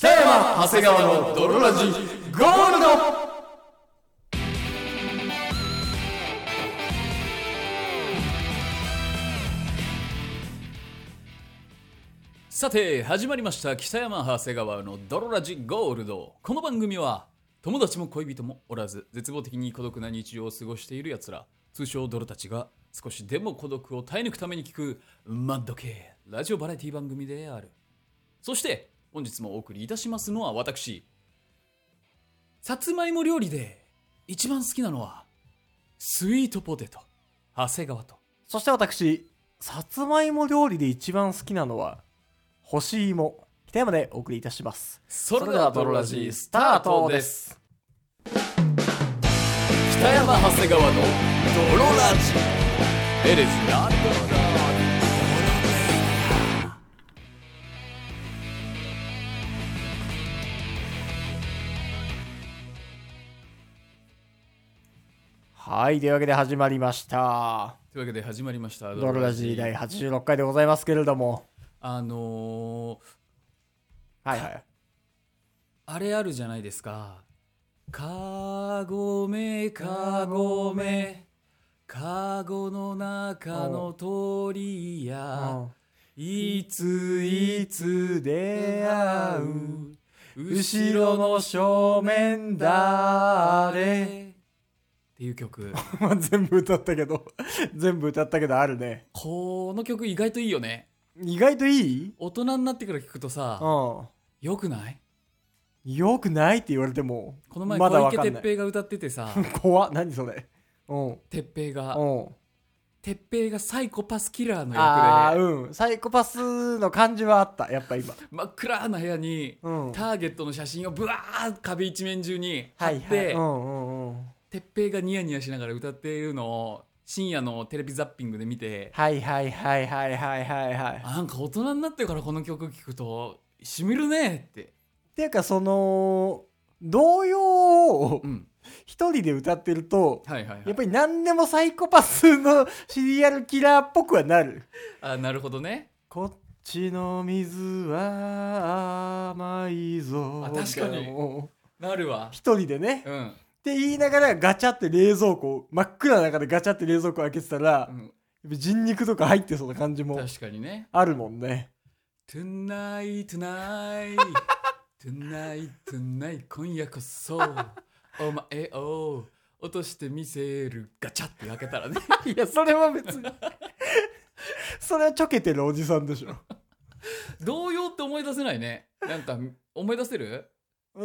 山長谷川の泥ラジゴールドさて始まりました北山長谷川の「泥ラジゴールド」この番組は友達も恋人もおらず絶望的に孤独な日常を過ごしているやつら通称泥たちが少しでも孤独を耐え抜くために聞くマッド系ラジオバラエティ番組であるそして本日もお送りいたしますのは私さつまいも料理で一番好きなのはスイートポテト長谷川とそして私さつまいも料理で一番好きなのは干し芋北山でお送りいたしますそれでは泥ラジスタートです北山長谷川の泥ラジ It is not はいというわけで始まりましたというわけで始まりました泥ラジ第86回でございますけれどもあのー、はいはいあれあるじゃないですかかごめかごめかごの中の鳥やいついつ出会う後ろの正面だれっていう 曲まあ全部歌ったけど全部歌ったけどあるねこの曲意外といいよね意外といい大人になってから聞くとさうんよくないよくないって言われてもこの前まだ小わか池んない徹平が歌っててさ 怖っ何それうんうん徹平が徹平がサイコパスキラーのああ役でうんサイコパスの感じはあったやっぱ今真っ暗な部屋にうんターゲットの写真をブワーッ壁一面中に貼はっいはいてうんうんうん徹平がニヤニヤしながら歌っているのを深夜のテレビザッピングで見てはいはいはいはいはいはいはいあなんか大人になってからこの曲聴くとしみるねって、っていうかその童謡をうん、一人で歌ってるとはいはいはやっいぱり何でもサイコパスのシリアルキラーっぽくはなるあなるほどねこっちの水は甘いぞあ確かにになるわ一人でねうん、うんって言いながらガチャって冷蔵庫真っ暗な中でガチャって冷蔵庫開けてたら、やっぱ人肉とか入ってそうな感じも確かにねあるもんね Tonight tonight tonight tonight 今夜こそお前を落としてみせるガチャって開けたらね いやそれは別に それはちょけてるおじさんでしょ童謡って思い出せないねなんか思い出せる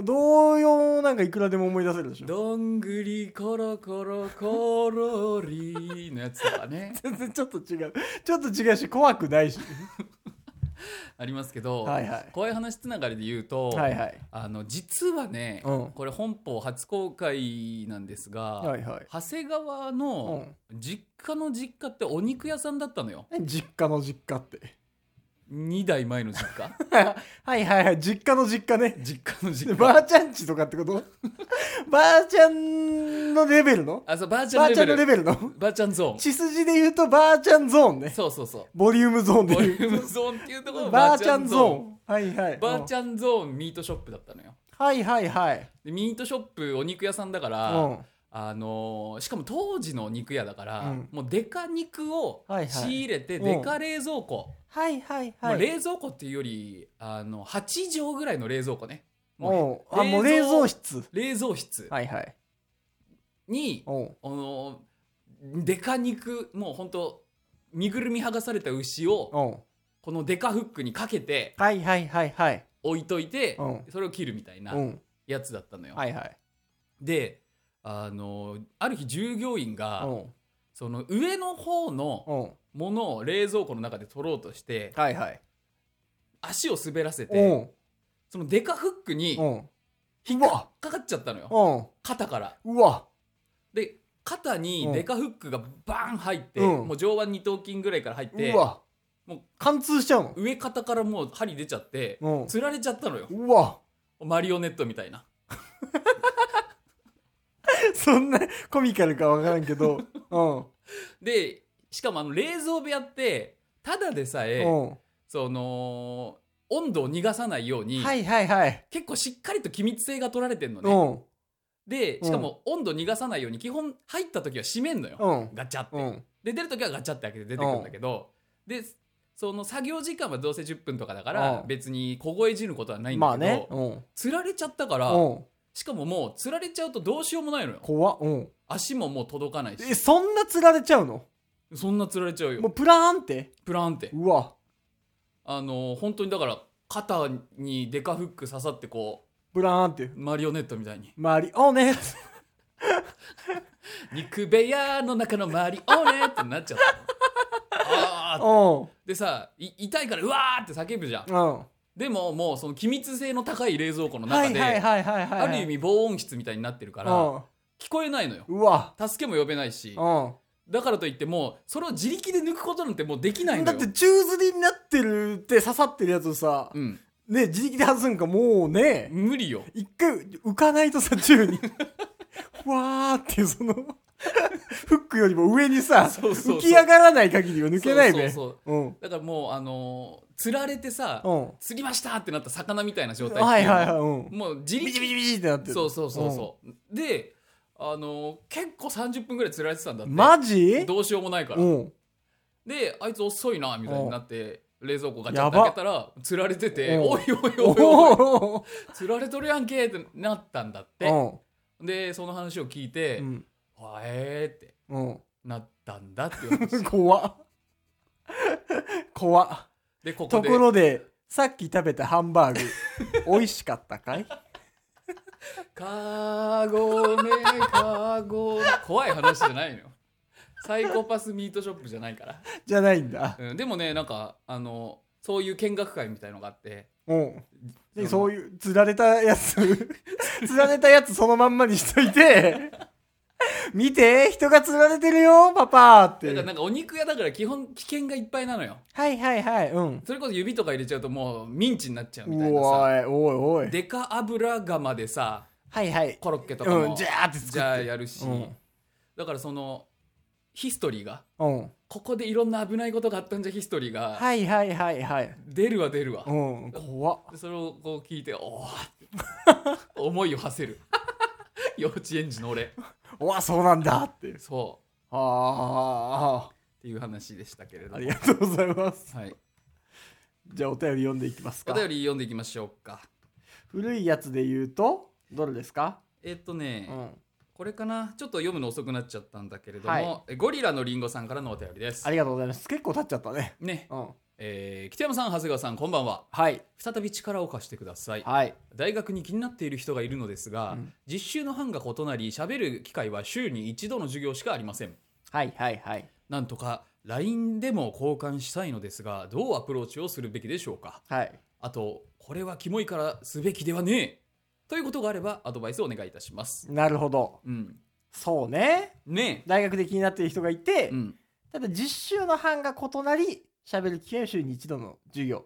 童謡なんかいくらでも思い出せるでしょどんぐりころころころりのやつとか ね全然ちょっと違うちょっと違うし怖くないしありますけど、はいはいこういう話つながりで言うと、はいはいあの実はね、うんこれ本邦初公開なんですが、はいはい長谷川の実家の実家ってお肉屋さんだったのよ何実家の実家って2代前の実 家はいはいはい実家の実家ね実家ので実ば家あちゃんちとかってこと ばあちゃんのレベルのあそうばあちばゃんあレちゃベんのルレベルのばあちゃんゾー血筋で言うとばあちゃんゾーンンねそうそうそうボリュームゾーンでボ言リュうームゾーンっていうところがばあちゃんンゾーンはいは いばあちゃんゃんゾーンミートショップだったのよはいはいはいでミートショップお肉屋さんだから、うんあのーしかも当時の肉屋だから、うんもうデカ肉をはいはい仕入れてうんデカ冷蔵庫、はいはいもはうい冷蔵庫っていうよりあの8畳ぐらいの冷蔵庫ねもうおうあもう冷蔵室冷蔵室はいはいに、おうあのーデカ肉もうほんと身ぐるみ剥がされた牛をおうこのデカフックにかけてはいはいはいはい置いといてうんそれを切るみたいなうんやつだったのよ。はいはいであのーある日従業員がおうその上の方のおうものを冷蔵庫の中で取ろうとしてはいはい足を滑らせおてうそのデカフックにおう引っかかっちゃったのよおう肩からうわで肩にデカフックがバーン入ってうんもう上腕二頭筋ぐらいから入ってうわもう貫通しちゃうの上肩からもう針出ちゃってうんつられちゃったのようわマリオネットみたいなそんなコミカルかわからん けどうでしかもあの冷蔵部屋ってただでさえんうんその温度を逃がさないように、はいはいはい。結構しっかりと気密性が取られてんのうね。ん。で、しかも温度逃がさないように基本入った時は閉めんのよ。うん。ガチャって。うん。で、出る時はガチャって開けて出てくるんだけど、で、その作業時間はどうせ10分とかだからう、ん別に凍えじることはないんまだあけど、ね。うん。釣られちゃったから、うん。しかももう釣られちゃうとどうしようもないのよ。怖っうん。足ももう届かないえ、し。そんな釣られちゃうのそんな釣られちゃうもよ。うプラーンって。プランって。うわ。あの、本当にだから、肩にデカフック刺さってこプラーンってう、。マリオネットみたいに。マリオネッ肉部屋の中のマリオネってなっちゃったの あート。でさい痛いからうわーって叫ぶじゃんうん。うん。でももうその気密性の高い冷蔵庫のは中いで、はいはいはいはい。ある意味防音室みたいになってるから、聞こえないのようん。うわ。助けも呼べないしうだからといってもうそれを自力で抜くことなんてもうできないん。のだよって、宙吊りになってるって刺さってるやつをさ、うん、ね、自力で外すんか、もうね、無理よ一回浮かないとさ、宙に。ふわーって、その、フックよりも上にさ、そうそうそう浮き上がらない限りは抜けないね。そうそうそううん。だからもうあのー釣られてさ、うん。釣りましたってなった魚みたいな状態はいはいはい。いうん。もう自ビ力チビチビチってなってる。そうそうそうそう、であの結構30分ぐらい釣られてたんだってマジどうしようもないから、うん。であいつ遅いなみたいになって冷蔵庫ガチャッと開けたら釣られててうんおいおいおいおいお釣られとるやんけってなったんだっておでその話を聞いて「うん。わえー」ってうん。なったんだっていう 話怖っ。怖っ。でこことでころで、さっき食べたハ ンバーグ、美味しかったかい「かごめかごめ」怖い話じゃないのよサイコパスミートショップじゃないから、じゃないんだ。うん、でもねなんかあのそういう見学会みたいのがあってうん。で、そのそういう、釣られたやつ、 釣られたやつそのまんまにしといて、見て、人が釣られてるよ、パパーっだからなて。んかお肉屋だから基本危険がいっぱいなのよはいはいはい、うん。それこそ指とか入れちゃうともうミンチになっちゃうみたいなおさいおいおい。デカ油釜でさはいはい。コロッケとかうん、もじゃーって作って。じゃあやるし、うんだからそのヒストリーがうん。ここでいろんな危ないことがあったんじゃヒストリーがはいはいはいはい。出るわ出るわ、うん、怖っ。でそれをこう聞いておーって思いを馳せる 幼稚園児の俺うわ、そうなんだって。そあうっていう話でしたけれどあ、あもりがとうございます。はい、じゃあお便り読んでいきますおか。便り読んでいきましょうか古いやつで言うと、どれですかえっとね、うん。これかなちょっと読むの遅くなっちゃったんだけれども、はいえゴリラのリンゴさんからのお便りですありがとうございます。結構経っちゃったね。ねうん。えー北山さん長谷川さんこんばんははい。再び力を貸してくださいはい。大学に気になっている人がいるのですが、うん実習の班が異なり喋る機会は週に一度の授業しかありませんはいはいはい。なんとか LINE でも交換したいのですがどうアプローチをするべきでしょうかはい。あとこれはキモいからすべきではねえということがあればアドバイスをお願いいたしますなるほど。うんそうね。ね大学で気になっている人がいて、えうんただ実習の班が異なり、喋る機会を週に一度の授業。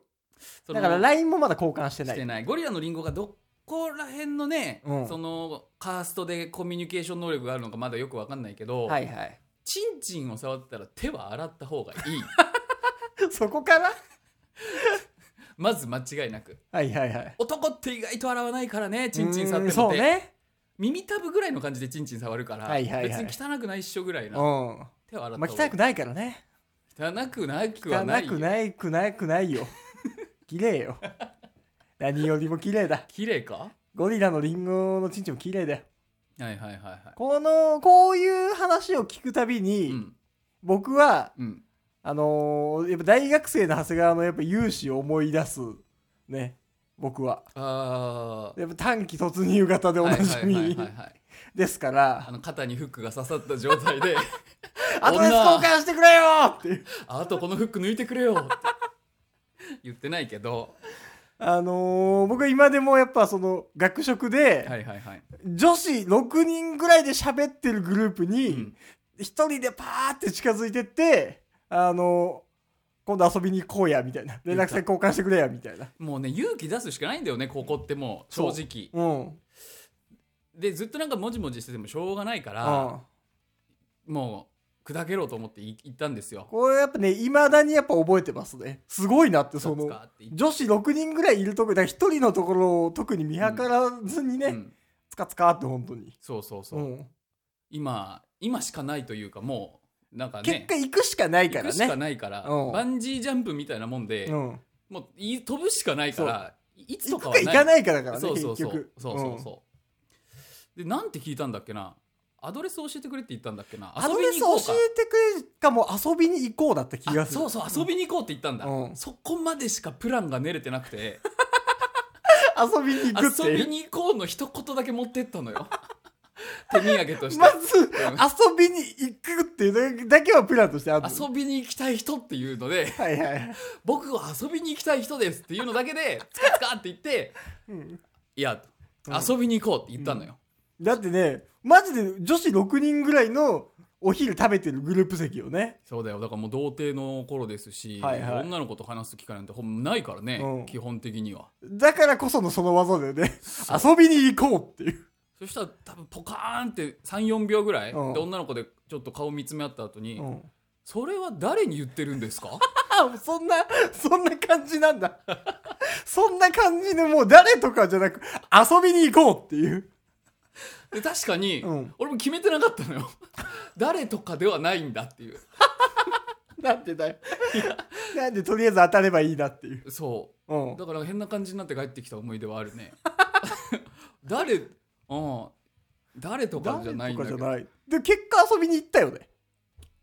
そのだから LINE もまだ交換してなしてい。ないゴリラのリンゴがどこら辺のね、うんそのカーストでコミュニケーション能力があるのかまだよく分かんないけど、はいはい。チンチンを触ったら手は洗った方がいい そこからまず間違いなくはいはいはい。男って意外と洗わないからねチンチン触ってもう手ーんそうね。耳たぶぐらいの感じでチンチン触るから、はいはいはい別に汚くないっしょぐらいうん。なま手は洗ったあ、方が汚いいくないからね。汚くなくは汚ないくないくないくないよ。綺麗よ。何よりも綺麗だ。綺麗かゴリラのリンゴのチンチンも綺麗だよ。はいはいはいはこの、こういう話を聞くたびいに、うん僕は、うんあのーやっぱ大学生の長谷川のやっぱ勇姿を思い出す、ね、僕は。あーやっぱ短期突入型でおはいなはいじはいみはいはいですかあら、の肩にフックが刺さった状態 でアドレス交換してくれよっていう。あとこのフック抜いてくれよって言ってないけどあのー僕は今でもやっぱその学食で、はいはいはい女子6人ぐらいで喋ってるグループうにん、一人でパーって近づいてって、あの、今度遊びに行こうや、みたいな。連絡先交換してくれや、みたいな。もうね勇気出すしかないんだよねここってもう正直うん。でずっとなんかもじもじしててもしょうがないかうらん。もう砕けろと思ってい行ったんですよ。これやっぱね、いまだにやっぱ覚えてますね。すごいなって、どそうのです、かって言っ女子6人ぐらいいるとこだから1人のところを特に見計らずにね、てうんつかつかって本当に。そうそうそうう、ん、今今しかないというかもうなんか結ね果行くしかない行からくしかね。ないから、うんバンジージャンプみたいなもんで、うん、もうい飛ぶしかないからいつ行とかくはなかい行かないかだからね、そうそう結そう局。そうそうそう、でなんて聞いたんだっけなアドレス教えてくれって言ったんだっけなうんアドレス教えてくれるかも遊びに行こうだった気があする。そうそう遊びに行こうって言ったんだ、うんそこまでしかプランが練れてなくて遊びに行くって遊いびう。に行こうの一言だけ持ってったのよ 手土産として、まず、遊びに行くっていうだけはプランとしてあるの遊びに行きたい人っていうのではいはい。僕は遊びに行きたい人ですっていうのだけで、つかつかって言って、うんいや、うん遊びに行こうって言ったのよ。だってね、マジで女子6人ぐらいのお昼食べてるグループ席をね。そうだよ。だからもう童貞の頃ですし、はいはい女の子と話す機会なんてほんまないからね、うん基本的には。だからこそのその技だよね。そう遊びに行こうっていう。そしたら多分ポカーンって3、4秒ぐらい、うんで女の子でちょっと顔見つめ合った後に、うんそれは誰に言ってるんですかあ、そんな、そんな感じなんだ。そんな感じのもう誰とかじゃなく、遊びに行こうっていう。で確かに、うん俺も決めてなかったのよ。 誰とかではないんだっていう。 なんでだよ。なんでとりあえず当たればいいなっていう。そう。うん。だから変な感じになって帰ってきた思い出はあるね 誰うん誰とかじゃないんだけ誰とかじどゃない。で、結果遊びに行ったよね。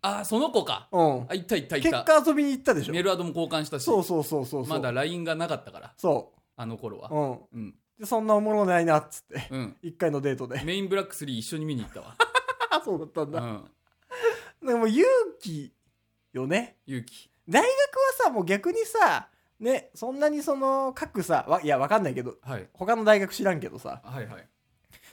あーその子かうん。あいったいったいっ結た果遊びに行ったでしょメー。ルアドも交換したしそうそうそうそうそう。まだ LINE がなかったからそあの頃はう。うん。うんで、そんなおもろないなっつって。 うん一回のデートで。メインブラック3一緒に見に行ったわ あ、そうだったんうだ。んでも勇気よね。勇気大学はさ、もう逆にさ、ね、そんなにその、各さ、わいや、わかんないけど、はい他の大学知らんけどさ、はいはい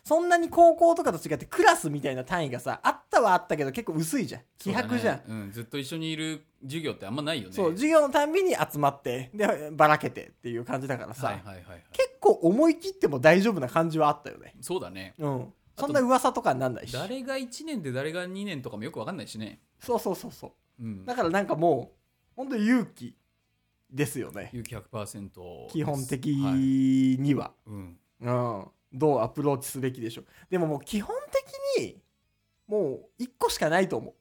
そんなに高校とかと違ってクラスみたいな単位がさ、あったはあったけど結構薄いじゃん。希薄じゃん。そうだねうんずっと一緒にいる授業ってあんまないよねそう、授業のたんびに集まって、で、ばらけてっていう感じだからさ、はいはいはいはい結構思い切っても大丈夫な感じはあったよね。そうだねうん。そんな噂とかになんないし。誰が1年で誰が2年とかもよくわかんないしねそうそうそうそうう。んだからなんかもう、本当に勇気ですよね。勇気100%基本的はいには、うんうん。どうアプローチすべきでしょう。でももう基本的に、もう一個しかないと思う。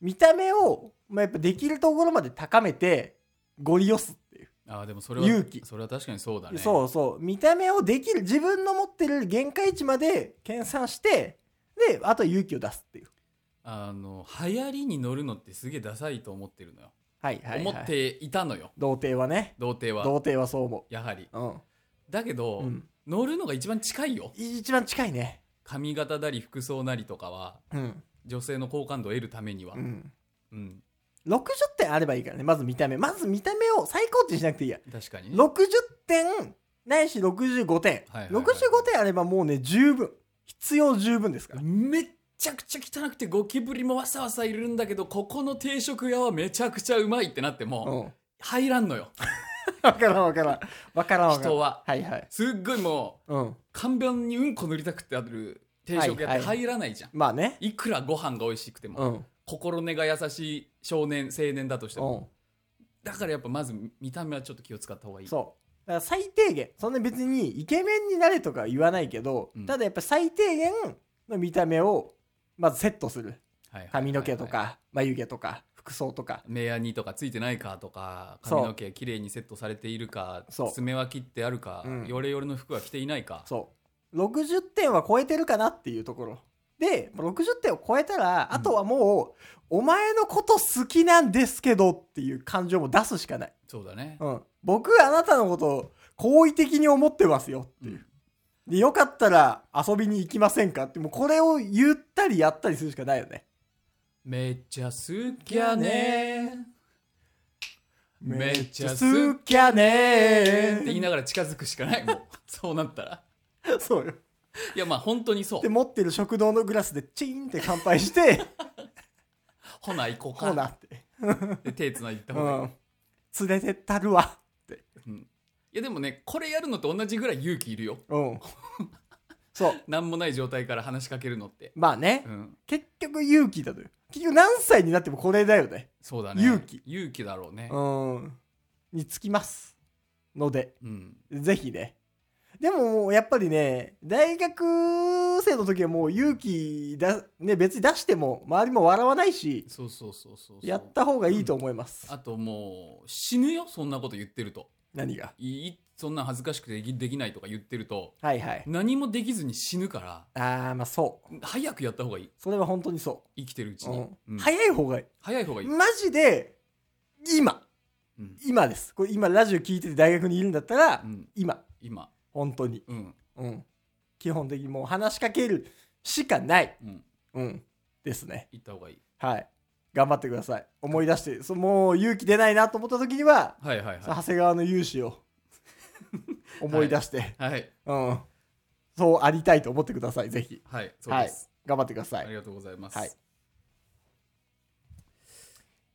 見た目を、まあ、やっぱできるところまで高めて、ゴリ押すっていう。あーでもそれは勇気それは確かにそうだねそうそう。見た目をできる、自分の持ってる限界値まで計算して、で、あとは勇気を出すっていう。あの流行りに乗るのってすげえダサいと思ってるのよ、はいはい、はい。思っていたのよ童貞はね。童貞は童貞はそう思やはりう。うん。だけど、うん、乗るのが一番近いよい一番近いね。髪型なり服装なりとかはうん。女性の好感度を得るためにはう、ん。うん60点あればいいからね。まず見た目。まず見た目を最高値にしなくていいや。確かにね60点、ないし65点。はいはいはい65点あればもうね、十分。必要十分ですから。めっちゃくちゃ汚くてゴキブリもわさわさいるんだけどここの定食屋はめちゃくちゃうまいってなってうもん。 入らんのよわからんわからん。わからんわからん。人ははいはい。すっごいもううん。看板にうんこ塗りたくてある定食屋はっいてはい入らないじゃん、まあね。いくらご飯が美味しくても、うん。心根が優しい少年青年だとしても、うん。だからやっぱまず見た目はちょっと気を使った方がいいそう。だから最低限、そんな別にイケメンになれとかは言わないけど、うんただやっぱ最低限の見た目を、まずセットすはる。いはいはい髪の毛とか、眉毛とか、服装とか。目やにとかついてないかとかそう髪の毛綺麗にセットされているかそう爪は切ってあるか、うんヨレヨレの服は着ていないかそう。60点は超えてるかなっていうところ。で、60点を超えたら、あとはもう、お前のこと好きなんですけどっていう感情も出すしかない。そうだね、うん。僕、あなたのことを好意的に思ってますよっていう。で、よかったら遊びに行きませんかって、もうこれを言ったりやったりするしかないよね。めっちゃ好きやねめっちゃ好きやーって言いながら近づくしかないもうそうなったらそうよ。いやまあ本当にそうで、持ってる食堂のグラスでチーンって乾杯して、ほな行こうほかなって。で手つないで行ったう方がいい、ん。連れてったるわ。うんいやでもねこれやるのと同じぐらい勇気いるよ うん。そう。なんもない状態から話しかけるのってまあねう。ん結局勇気だとよ。結局何歳になってもこれだよね。そうだね勇気勇気だろうねうん。につきます。ので、うん ぜひね。でももうやっぱりね、大学生の時はもう勇気だ、ね、別に出しても周りも笑わないし、そうそうそうそうそうやった方がいいと思います。あともう死ぬよそんなこと言ってると何がいいそんなん恥ずかしくてできできないとか言ってるとはいはい。何もできずに死ぬからああ、まあそう。早くやった方がいいそれは本当にそ生きてるうちう。うに、んうん早い方がい早い方がいい。い、マジで、今。うん今です。これ今ラジオ聞いてて大学にいるんだったら、うん今。今本当に。うんうん。基本的にもう話しかけるしかない。うんうん。ですね。行った方がいいはい。頑張ってください。思い出して、そもう勇気出ないなと思った時には、はいはいそのは長谷川の勇姿を思い出して、いはいうん。そうありたいと思ってください、ぜひ。はいそうはいです、。頑張ってくださあい。りがとうございます、はい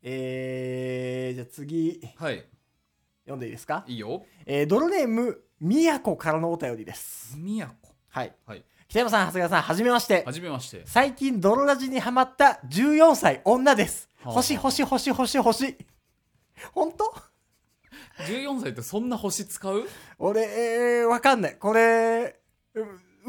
えー、じゃあ次、はい、読んでいいですかいいよえー、ドロネーム、みやこからのお便りです。宮古はい。はい北山さん、長谷川さん、はじめまして。はじめまして最近、泥ラジにハマった14歳女です。はあ星、星、星、星、星。本当14歳ってそんな星使う俺、えーわかんない。これ、う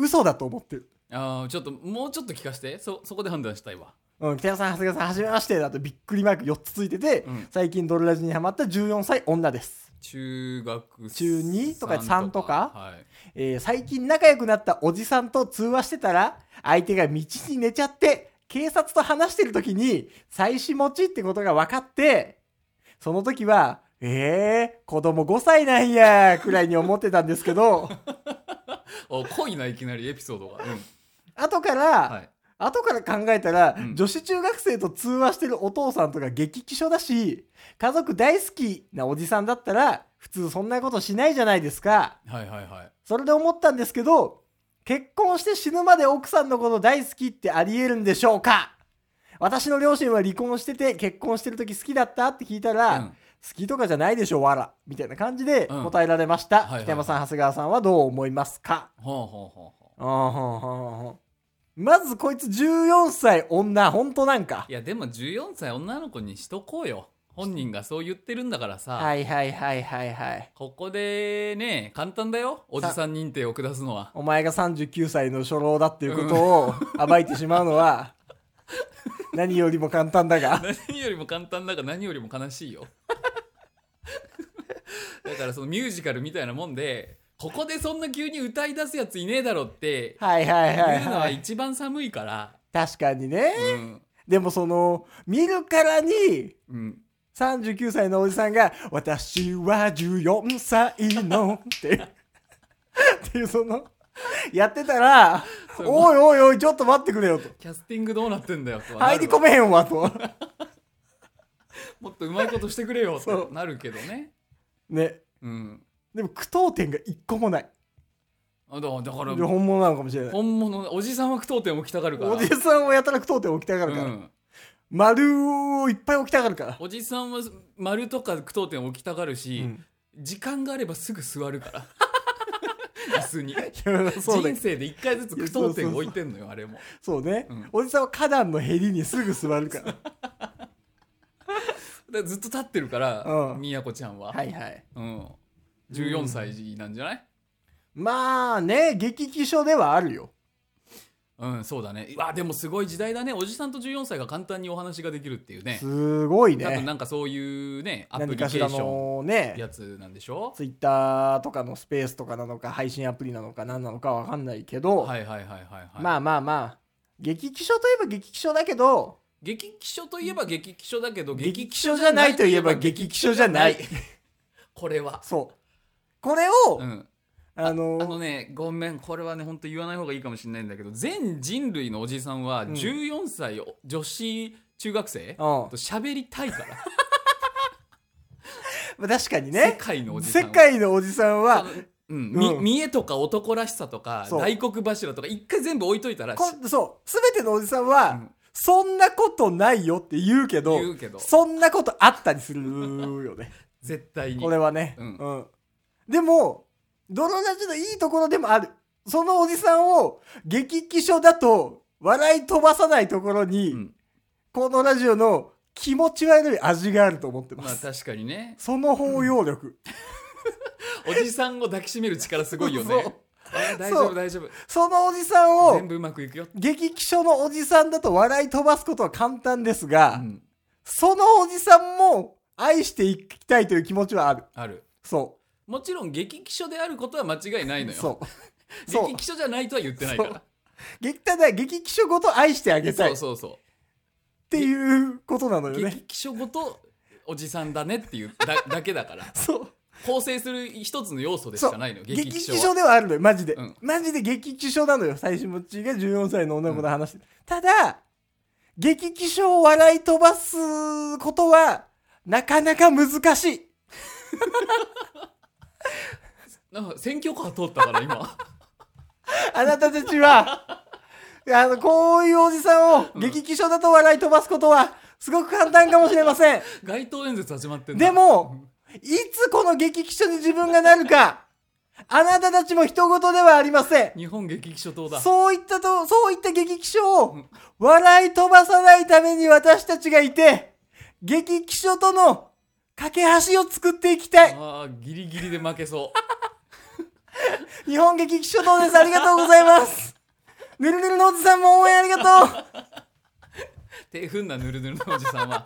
嘘だと思ってる。あーちょっともうちょっと聞かせてそそこで判断したいわうん、北山さん、長谷川さん、はじめまして。だとびっくりマーク4つついてて、うん最近、泥ラジにハマった14歳女です。中学中二とか三三とはいえー最近仲良くなったおじさんと通話してたら、相手が道に寝ちゃって、警察と話してる時に、妻子持ちってことが分かって、その時は、えー、子供5歳なんや、くらいに思ってたんですけど、 お濃いないきなりエピソードが、うん後から、はい、後から考えたら、うん女子中学生と通話してるお父さんとか激気象だし、家族大好きなおじさんだったら、普通そんなことしないじゃないですか。はいはいはいそれで思ったんですけど、結婚して死ぬまで奥さんのこと大好きってあり得るんでしょうか私の両親は離婚してて、結婚してる時好きだったって聞いたら、うん好きとかじゃないでしょ、わら。みたいな感じでうん答えられました。はいはいはい北山さん、長谷川さんはどう思いますかほうほうほうほあーほんほんほんまずこいつ14歳女、本当なんかうい。やでも14歳女の子にしとこうよ本人がそう言ってるんだからさ、はいはいはいはいはい。ここでね簡単だよおじさん認定を下すのはお前が39歳の初老だっていう ことを暴いてしまうのは、何よりも簡単だが。何よりも簡単だが何よりも悲しいよ だからそのミュージカルみたいなもんでここでそんな急に歌い出すやついねえだろって はいはい言はいうのは。はい一番寒いから、確かにね。うんでもその、見るからに、うん、 39歳のおじさんが、私は14歳の、って、っていうその、やってたら、それもおいおいおい、ちょっと待ってくれよと。キャスティングどうなってんだよとはな入るりわ込めへんわと。もっとうまいことしてくれよっそてなるけどね ね。うんでも、苦闘点が一個もない。あだだからで本物なのかもしれない。本物おじさんは苦闘点をきたがるからおじさんはやたら苦闘点起きたがるかうら。ん、丸をいっぱい起きたがるから。おじさんは丸とか句読点置きたがるし、うん時間があればすぐ座る から椅子にいや そうだ人生で一回ずつ句読点置いてんのよあれもそうね、うんおじさんは花壇のへりにすぐ座るから。でずっと立ってるから、うんみやこちゃんは、はいはい。うん、14歳なんじゃないまあね、激気象ではあるよ。うん、そうだねうわでもすごい時代だねおじさんと14歳が簡単にお話ができるっていうねすごい多分ね。なんかそういうねアプリ何ケかーしシらョンのやね、つなんでしょツイッターとかのスペースとかなのか、配信アプリなのか、何なのかわかんないけど、はいはいはいはいはいまあまあまあ、激気象といえば激気象だけど、激気象といえば激気象だけど激気象じゃないといえば激気象じゃない。これは、そう。これを、うん、あのあのねごめんこれはね本当言わない方がいいかもしれないんだけど全人類のおじさんはうん14歳を女子中学生うんと喋りたいからまあ確かに世ね、界のおじさん世は界のおじさんは、うん、みうん見栄とか男らしさとかそう大黒柱とか一回全部置いといたらこしそう、すべてのおじさんは、うんそんなことないよって言うけど、言うけどそんなことあったりするよね。絶対にこれはね。ううんん。でも、泥ラジのいいところでもある。そのおじさんを、激気象だと、笑い飛ばさないところに、うんこのラジオの気持ち悪い味があると思ってままあす。確かにねその包容力。おじさんを抱きしめる力すごいよそうねあ大丈夫大丈夫そのおじさん全を、部うまくいくよ、激気象のおじさんだと笑い飛ばすことは簡単ですうが、ん、そのおじさんも愛していきたいという気持ちはある。あるそ。もちろん激気所であることは間違いないうのよそう。 そう激気所じゃないとは言ってないから激ただ、激気象ごと愛してあげたいそっうそうそうていうことなのよ激ね。気所ごとおじさんだねっていうだだけだからそう。構成する一つの要素でしかないのよ激激気所気は症ではあるのよ、マジで。うんマジで激気症なのよ、最初もちが14歳の女の子の話。ただ、激気症を笑い飛ばすことは、なかなか難しい。なんか選挙カー通ったから今あなたたちは、 あの、こういうおじさんを激気症だと笑い飛ばすことは、すごく簡単かもしれません。街頭演説始まってんだでも、いつこの激気症に自分がなるか、あなたたちも人事ではありません。日本激気所党だそういったと、そういった激気象を笑い飛ばさないために私たちがいて、激気象との架け橋を作っていきたい。あーギリギリで負けそう日本激気象党です。ありがとうございます。ぬるぬるのおじさんも応援ありがとう。手踏んだぬるぬるのおじさんは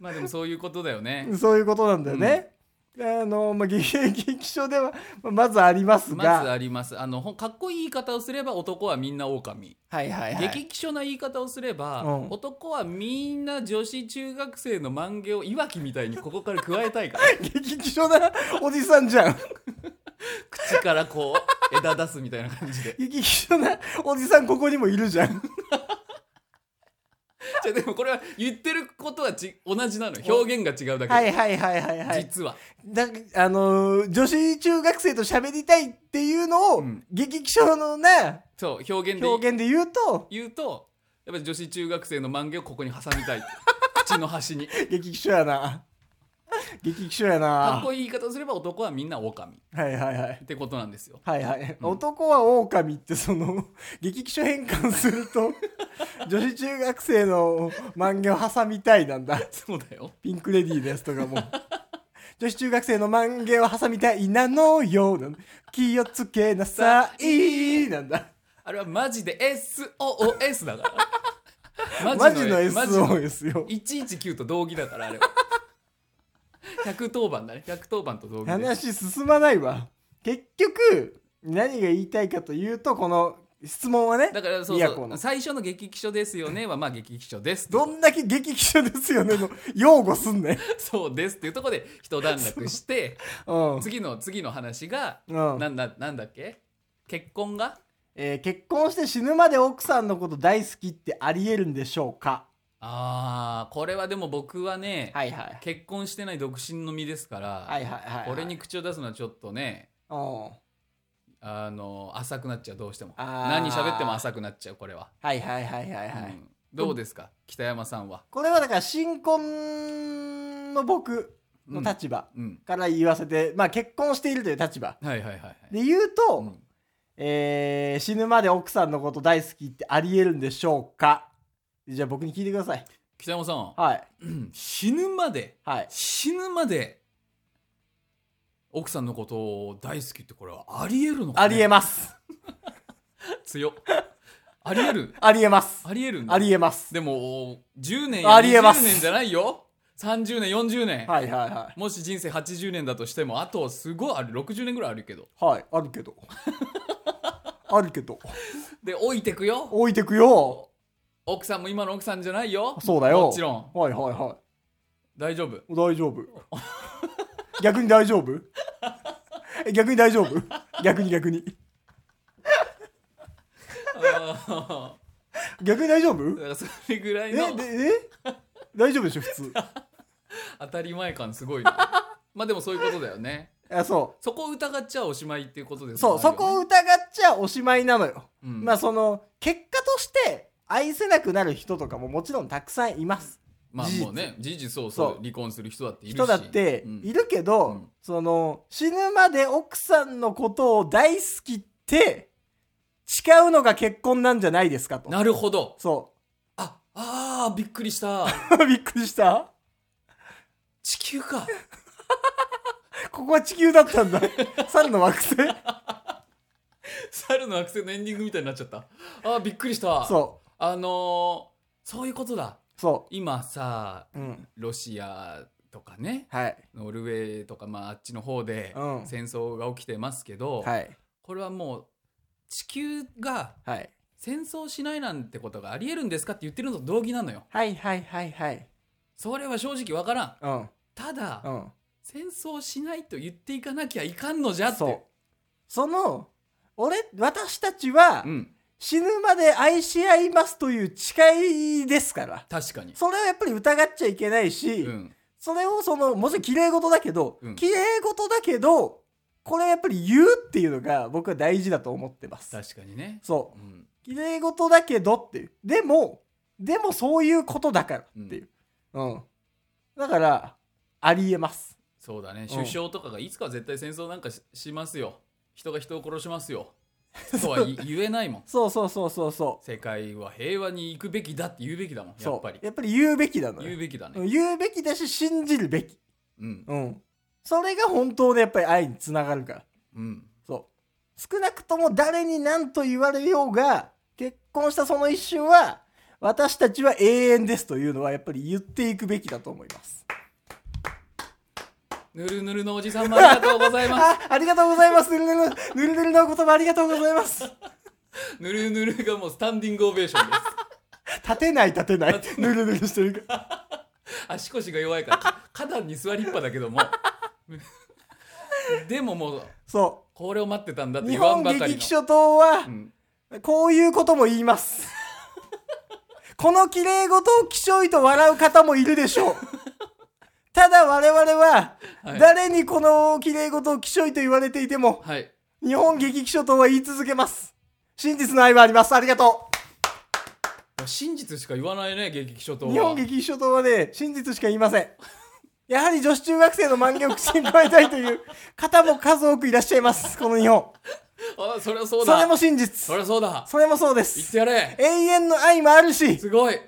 まあでもそういうことだよねそういうことなんだよね。あの、まあ、激激症では、まあまずありますまずが、ありますあのほんかっこいい言い方をすれば男はみんな狼はいはいはい。激気所な言い方をすれば、うん男はみんな女子中学生の万華をいわきみたいにここから加えた いから激気象なおじさんじゃん。 口からこう枝出すみたいな感じで激気象なおじさんここにもいるじゃん。じゃあでもこれは言ってることはち同じなのよ表現が違うだけで、はいはいはいはいはい。実はだあのー女子中学生と喋りたいっていうのを、うん激気象のなそう表現で表現で言うと言うとやっぱり女子中学生の万華をここに挟みたい って口の端に激気象やな激気象やなかっこいい言い方をすれば男はみんな狼はいはいはいってことなんですよはいはい、うん男は狼ってその 激気象変換すると女子中学生の漫画を挟みたいなんだそうだよピンクレディーですとかも女子中学生の漫画を挟みたいなのよなんだ気をつけなさいなんだあれはマジで SOS だから マジのマジの SOS よ119と同義だからあれは 110番だね110番と同義で話進まないわ結局何が言いたいかというとこの質問はねだからそう宮古そのう最初の激気所ですよねはまあ激気所ですどんだけ激気象ですよねの擁護すんねんそうですっていうところで一段落してうん、次の次の話がうんなんだなんだっけ結婚がえー結婚して死ぬまで奥さんのこと大好きってありえるんでしょうかあーこれはでも僕はね、はいはい結婚してない独身の身ですから、はいはいはいはいこれに口を出すのはちょっとねうんあの浅くなっちゃうどうしてもあー何喋っても浅くなっちゃうこれは、はいはいはいはいはい、うんどうですか北山さんは、これはだから新婚の僕の立場うん、から言わせて、まあ結婚しているという立場はいはいはいはいで言うと、うんえー死ぬまで奥さんのこと大好きってありえるんでしょうかじゃあ僕に聞いてください。北山さん、はい。うん死ぬまではい。死ぬまで奥さんのことを大好きってこれはありえるのか、ね、ありえます。強っありえるありえます。ありえるんだありえます。でも10年ありえま20す年じゃないよ30年40年、はいはいはもし人生80年だとしてもあとすごいある60年ぐらいあるけどい。はい。あるけど。 あるけど。で老いてくよ置いてくよ。奥さんも今の奥さんじゃないよそうだよ。もちろんはいはいは大丈夫い。大丈夫。逆に大丈夫え逆に大丈夫逆に逆に。あ逆に大丈ーだ夫からそれぐらいえのでえ大丈夫でしょ 普通。当たり前感すごいな まあでもそういうことだよねあそそこを疑っちゃおしまいっていうことでう。すもそんねう。そこを疑っちゃおしまいなのよ。うんまあその結果として愛せなくなる人とかももちろんたくさんいますまあ事実もうね事実そうそうそう離婚する人だっているし人だってうんいるけど、うんその死ぬまで奥さんのことを大好きって誓うのが結婚なんじゃないですかとなるほどそああわあびっくりした びっくりした地球かここは地球だっ たんだ猿の惑星猿の惑星のエンディングみたいになっちゃったあーびっくりしたそあのーそういうことだうそ今さううんロシアとかねはいノルウェーとか、まあ、あっちの方でうん戦争が起きてますけど、はいこれはもう地球がはい戦争しないなんてことがありえるんですかって言ってるのと同義なのよはいはいはいはいそれは正直わからんうんただ、うん戦争しないと言っていかなきゃいかんのじゃってそうその俺私たちはうん死ぬまで愛し合いますという誓いですから確かにそれはやっぱり疑っちゃいけないし、うんそれをそのもちろん綺麗事だけど、うん綺麗事だけどこれはやっぱり言うっていうのが僕は大事だと思ってます確かにねそううん綺麗事だけどっていうでもでもそういうことだからっていううん、だからありえますそうだね首相とかがいつかは絶対戦争なんかししますよ人が人を殺します よとは言言えないもんそうそうそうそうそ世界は平和に行くべきだって言うべきだもんうやっぱりそうやっぱり言うべきなの言うよべきだねうん言うべきだし信じるべきうんうんそれが本当のやっぱり愛につながるからうんそう。少なくとも誰に何と言われようが、結婚したその一瞬は、私たちは永遠ですというのはやっぱり言っていくべきだと思います。ぬるぬるのおじさんもありがとうございますあ、ありがとうございます。ぬるぬる、ぬるぬるのお言葉ありがとうござ います。ぬるぬるがもうスタンディングオベーションで立てない立てない。 ぬるぬるしてるから。す足腰が弱いからか花壇に座りっぱだけども でももうそこれを待ってたんだっう。て日言わん本ばか劇り劇の、諸党はう、ん、こういうことも言います。 この綺麗事をきしょいと笑う方もいるで しょう。ただ我々は、はい誰にこの綺麗事をきしょいと言われていても、はい日本劇気象党は言い続けます。真実の愛はあります。ありがと真実しか言わないね劇気象党う。は日本劇気象党はね、真実しか言いません。やはり女子中学生の漫画を口に加えたい という方も数多くいらっしゃいます。この日本。あそれはそうそだれも真そ実。りゃそうだそれもそうで言っす。てやれ永遠の愛もあるし、すごい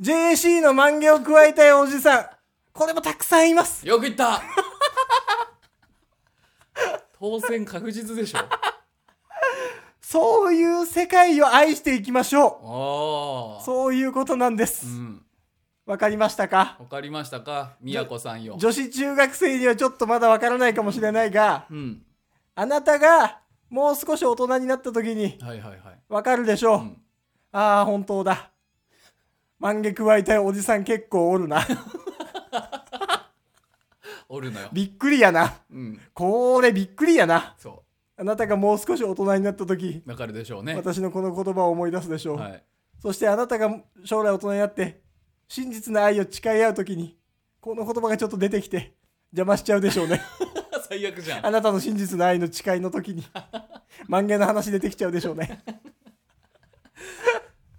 JAC の漫画を加えたいおじさん。これもたくさんいます。よく言った 当選確実でしょそういう世界を愛していきましょあう。あそういうことなんですう。んわかりましたかわかりましたかみやこさんよ女子中学生にはちょっとまだわからないかもしれないが、うんあなたがもう少し大人になった時にはいはいはいわかるでしょう。うんああ、本当だ。万華加えたいおじさん結構お るな。おるのよびっくりやな。うんこれびっくりやな。そあなたがもう少し大人になった時、うわかるでしょうね私のこの言葉を思い出すでしょう。はい そしてあなたが将来大人になって、真実の愛を誓い合う時に、この言葉がちょっと出てきて、邪魔しちゃうでしょ うね。最悪じゃんあなたの真実の愛の誓いの 時に、漫画の話出てきちゃうでしょうね。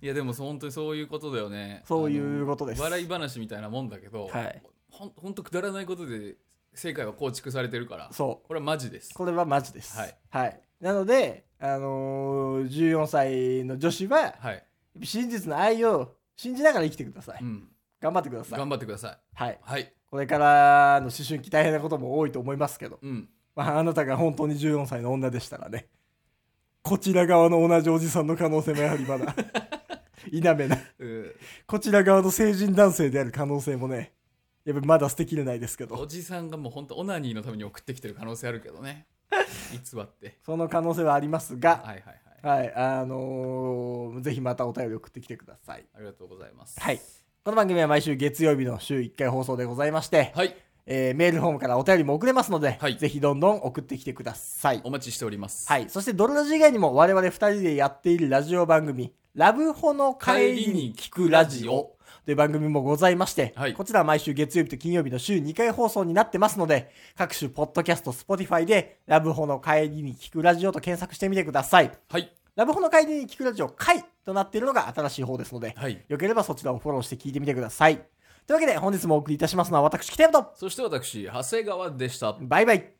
いやでもそう本当にそういうことだよねそういうことであすの笑い話みたいなもんだけど、はいほんほんとくだらないことで世界は構築されてるからそう。これはマジですこれはマジです。はい。なので、あのー14歳の女子は、はい、真実の愛を信じながら生きてください。うん、頑張ってください。頑張ってくださいはい。はいこれからの思春期大変なことも多いと思いますけど、うんまあ、あなたが本当に14歳の女でしたらね、こちら側の同じおじさんの可能性もやはり まだ、否めない。うんこちら側の成人男性である可能性もね、やっぱりまだ捨てきれないですけど、おじさんがもう本当オナニーのために送ってきてる可能性あるけど ね偽ってその可能性はありますが、はいはいはいはい、あのーぜひまたお便り送ってきてください。ありがとうございますはい。この番組は毎週月曜日の週1回放送でございまして、はいえーメールフォームからお便りも送れますので、はいぜひどんどん送ってきてくださいお。待ちしておりますはい。そして、ドロラジ以外にも我々2人でやっているラジオ番組、ラブホの帰りに聞くラジオという番組もございまして、はいこちらは毎週月曜日と金曜日の週2回放送になってますので、各種ポッドキャスト、スポティファイで、ラブホの帰りに聞くラジオと検索してみてください。はいラブホの帰りに聞くラジオ、回となっているのが新しい方ですので、はいよければそちらをフォローして聞いてみてください。というわけで本日もお送りいたしますのは私、北山と、そして私長谷川でしたバイバイ。